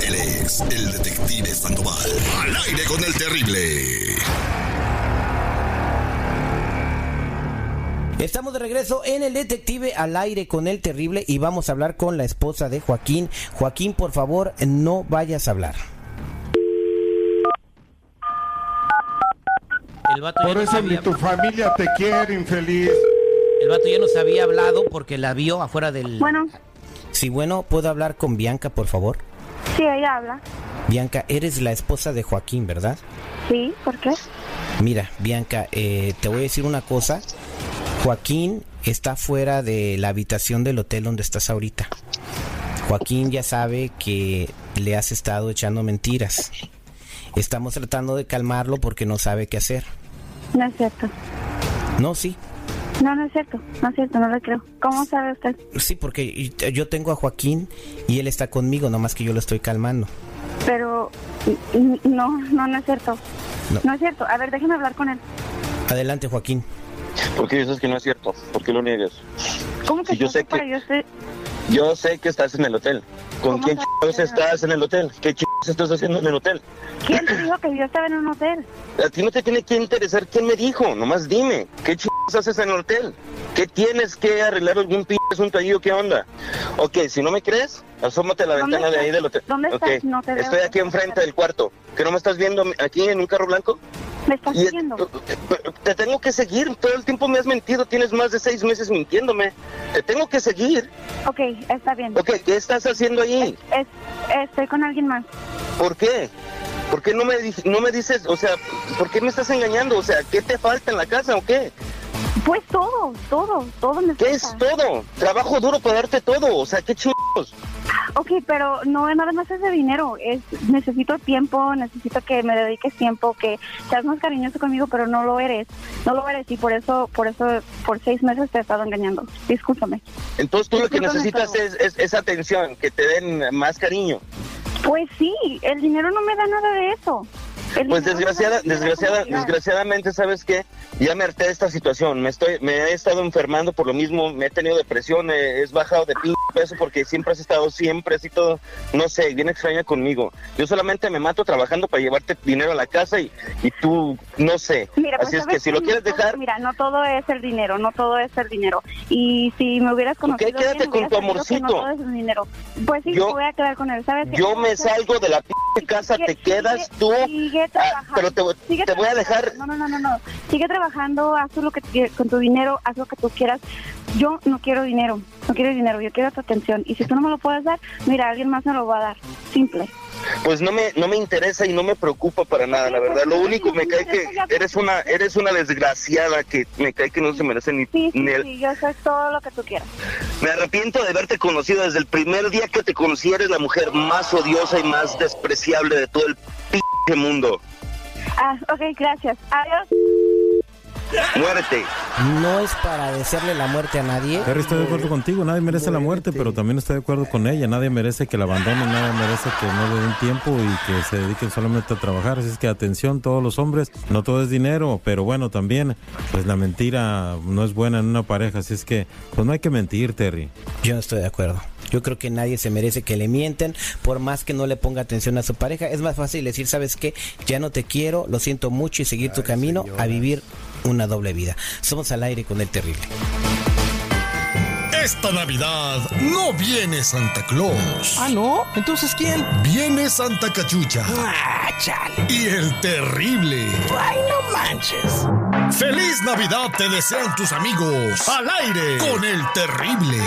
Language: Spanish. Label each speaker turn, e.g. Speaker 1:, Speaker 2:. Speaker 1: es el detective Sandoval. Al aire con el terrible.
Speaker 2: Estamos de regreso en el detective al aire con el terrible y vamos a hablar con la esposa de Joaquín. Joaquín, por favor, no vayas a hablar.
Speaker 3: El vato, ya
Speaker 4: Por
Speaker 3: no
Speaker 4: eso ni
Speaker 3: sabía,
Speaker 4: tu familia te quiere, infeliz.
Speaker 3: el vato ya nos había hablado porque la vio afuera del...
Speaker 5: Bueno,
Speaker 2: Si bueno, ¿puedo hablar con Bianca, por favor?
Speaker 5: sí, ella habla.
Speaker 2: Bianca, eres la esposa de Joaquín, ¿verdad?
Speaker 5: Sí, ¿por qué?
Speaker 2: Mira, Bianca, eh, te voy a decir una cosa. Joaquín está fuera de la habitación del hotel donde estás ahorita. Joaquín ya sabe que le has estado echando mentiras. Estamos tratando de calmarlo porque no sabe qué hacer.
Speaker 5: No es cierto.
Speaker 2: No, sí.
Speaker 5: No, no es cierto. No es cierto, no le creo. ¿Cómo sabe usted?
Speaker 2: Sí, porque y- yo tengo a Joaquín y él está conmigo, nomás que yo lo estoy calmando.
Speaker 5: Pero n- no, no, no es cierto.
Speaker 2: No.
Speaker 5: No. es cierto. A ver, déjeme hablar con él.
Speaker 2: Adelante, Joaquín.
Speaker 6: ¿Por qué dices que no es cierto? ¿Por qué lo niegas?
Speaker 5: ¿Cómo que
Speaker 6: Sí, yo
Speaker 5: no
Speaker 6: sé
Speaker 5: sepa?
Speaker 6: que-
Speaker 5: Yo estoy...
Speaker 6: Yo sé que estás en el hotel. ¿Con
Speaker 5: ¿Cómo
Speaker 6: quién
Speaker 5: sabes
Speaker 6: chingados
Speaker 5: que no?
Speaker 6: estás en el hotel? ¿Qué chingados estás haciendo en el hotel?
Speaker 5: ¿Quién te dijo que yo estaba en un hotel?
Speaker 6: A ti no te tiene que interesar quién me dijo. Nomás dime, ¿qué chingados haces en el hotel? ¿Qué tienes que arreglar algún p asunto ahí o qué onda? Ok, si no me crees, asómate a la
Speaker 5: ¿Dónde
Speaker 6: ventana de ahí
Speaker 5: estás?
Speaker 6: del hotel.
Speaker 5: ¿Dónde
Speaker 6: Ok,
Speaker 5: estás? No te veo.
Speaker 6: Estoy aquí enfrente del cuarto. ¿Que no me estás viendo aquí en un carro blanco?
Speaker 5: ¿Me estás
Speaker 6: Y- eh,
Speaker 5: siguiendo?
Speaker 6: Te tengo que seguir. Todo el tiempo me has mentido. Tienes más de seis meses mintiéndome. Te tengo que seguir.
Speaker 5: Ok, está bien.
Speaker 6: Ok, ¿qué estás haciendo ahí?
Speaker 5: Es- estoy con alguien más.
Speaker 6: ¿Por qué? ¿Por qué no me, di- no me dices, o sea, por qué me estás engañando? O sea, ¿qué te falta en la casa o qué?
Speaker 5: Pues todo, todo, todo me
Speaker 6: ¿Qué es
Speaker 5: falta.
Speaker 6: todo? Trabajo duro para darte todo, o sea, qué chingos.
Speaker 5: Ok, pero no nada más es de dinero. Es necesito tiempo, necesito que me dediques tiempo, que seas más cariñoso conmigo, pero no lo eres, no lo eres y por eso, por eso, por seis meses te he estado engañando. Discúlpame.
Speaker 6: Entonces tú lo que
Speaker 5: Discúlpame,
Speaker 6: necesitas
Speaker 5: pero-
Speaker 6: es, es- es atención, que te den más cariño.
Speaker 5: Pues sí, el dinero no me da nada de eso. El dinero
Speaker 6: Pues
Speaker 5: no me da
Speaker 6: desgraciada,
Speaker 5: nada de
Speaker 6: desgraciada,
Speaker 5: comodidad.
Speaker 6: desgraciadamente, ¿sabes qué? Ya me harté de esta situación, me estoy, me he estado enfermando por lo mismo, me he tenido depresión, he, he bajado de p peso porque siempre has estado, siempre así todo, no sé, bien extraña conmigo. Yo solamente me mato trabajando para llevarte dinero a la casa y, y tú, no sé.
Speaker 5: Mira, pues,
Speaker 6: así es
Speaker 5: ¿sabes
Speaker 6: que si lo
Speaker 5: qué?
Speaker 6: quieres
Speaker 5: No todo-
Speaker 6: dejar,
Speaker 5: Mira, no todo es el dinero, no todo es el dinero. Y si me hubieras conocido. bien,
Speaker 6: quédate con
Speaker 5: hubieras
Speaker 6: tu
Speaker 5: sabido que No
Speaker 6: amorcito.
Speaker 5: todo es el dinero. Pues sí,
Speaker 6: Yo-
Speaker 5: me voy a quedar con él. ¿Sabes qué?
Speaker 6: yo
Speaker 5: No,
Speaker 6: me
Speaker 5: ¿sabes
Speaker 6: salgo de la p casa,
Speaker 5: Sigue-
Speaker 6: te quedas tú.
Speaker 5: Sigue
Speaker 6: Ah,
Speaker 5: trabajando.
Speaker 6: pero te, voy-
Speaker 5: Sigue
Speaker 6: te voy a
Speaker 5: trabajando.
Speaker 6: dejar.
Speaker 5: No, no, no, no, no. Sigue trabajando, haz tú lo que quie- con tu dinero, haz lo que tú quieras. Yo no quiero dinero, no quiero dinero, yo quiero tu atención. Y si tú no me lo puedes dar, mira, alguien más me lo va a dar. Simple.
Speaker 6: Pues no me, no me interesa y no me preocupa para nada, la verdad. Lo único me cae que eres una, eres una desgraciada que me cae que no se merece ni,
Speaker 5: Sí, sí,
Speaker 6: ni el-
Speaker 5: sí, yo soy todo lo que tú quieras.
Speaker 6: Me arrepiento de haberte conocido desde el primer día que te conocí. Eres la mujer más odiosa y más despreciable de todo el p mundo.
Speaker 5: Ah, ok, gracias. Adiós.
Speaker 6: Muérete.
Speaker 2: No es para desearle la muerte a nadie.
Speaker 7: Terry, estoy de acuerdo contigo, nadie merece la muerte, pero también estoy de acuerdo con ella, nadie merece que la abandonen, nadie merece que no le den tiempo y que se dediquen solamente a trabajar, así es que atención todos los hombres, no todo es dinero, pero bueno, también pues la mentira no es buena en una pareja, así es que pues no hay que mentir, Terry.
Speaker 2: Yo no estoy de acuerdo. Yo creo que nadie se merece que le mienten, por más que no le ponga atención a su pareja. Es más fácil decir, ¿sabes qué? Ya no te quiero, lo siento mucho y seguir tu camino a vivir una doble vida. Somos al aire con el terrible.
Speaker 1: Esta Navidad no viene Santa Claus.
Speaker 8: Ah, ¿no? Entonces, ¿quién?
Speaker 1: Viene Santa Cachucha
Speaker 8: Ah, chale.
Speaker 1: y el terrible.
Speaker 8: Ay, no manches.
Speaker 1: ¡Feliz Navidad te desean tus amigos! ¡Al aire con el terrible!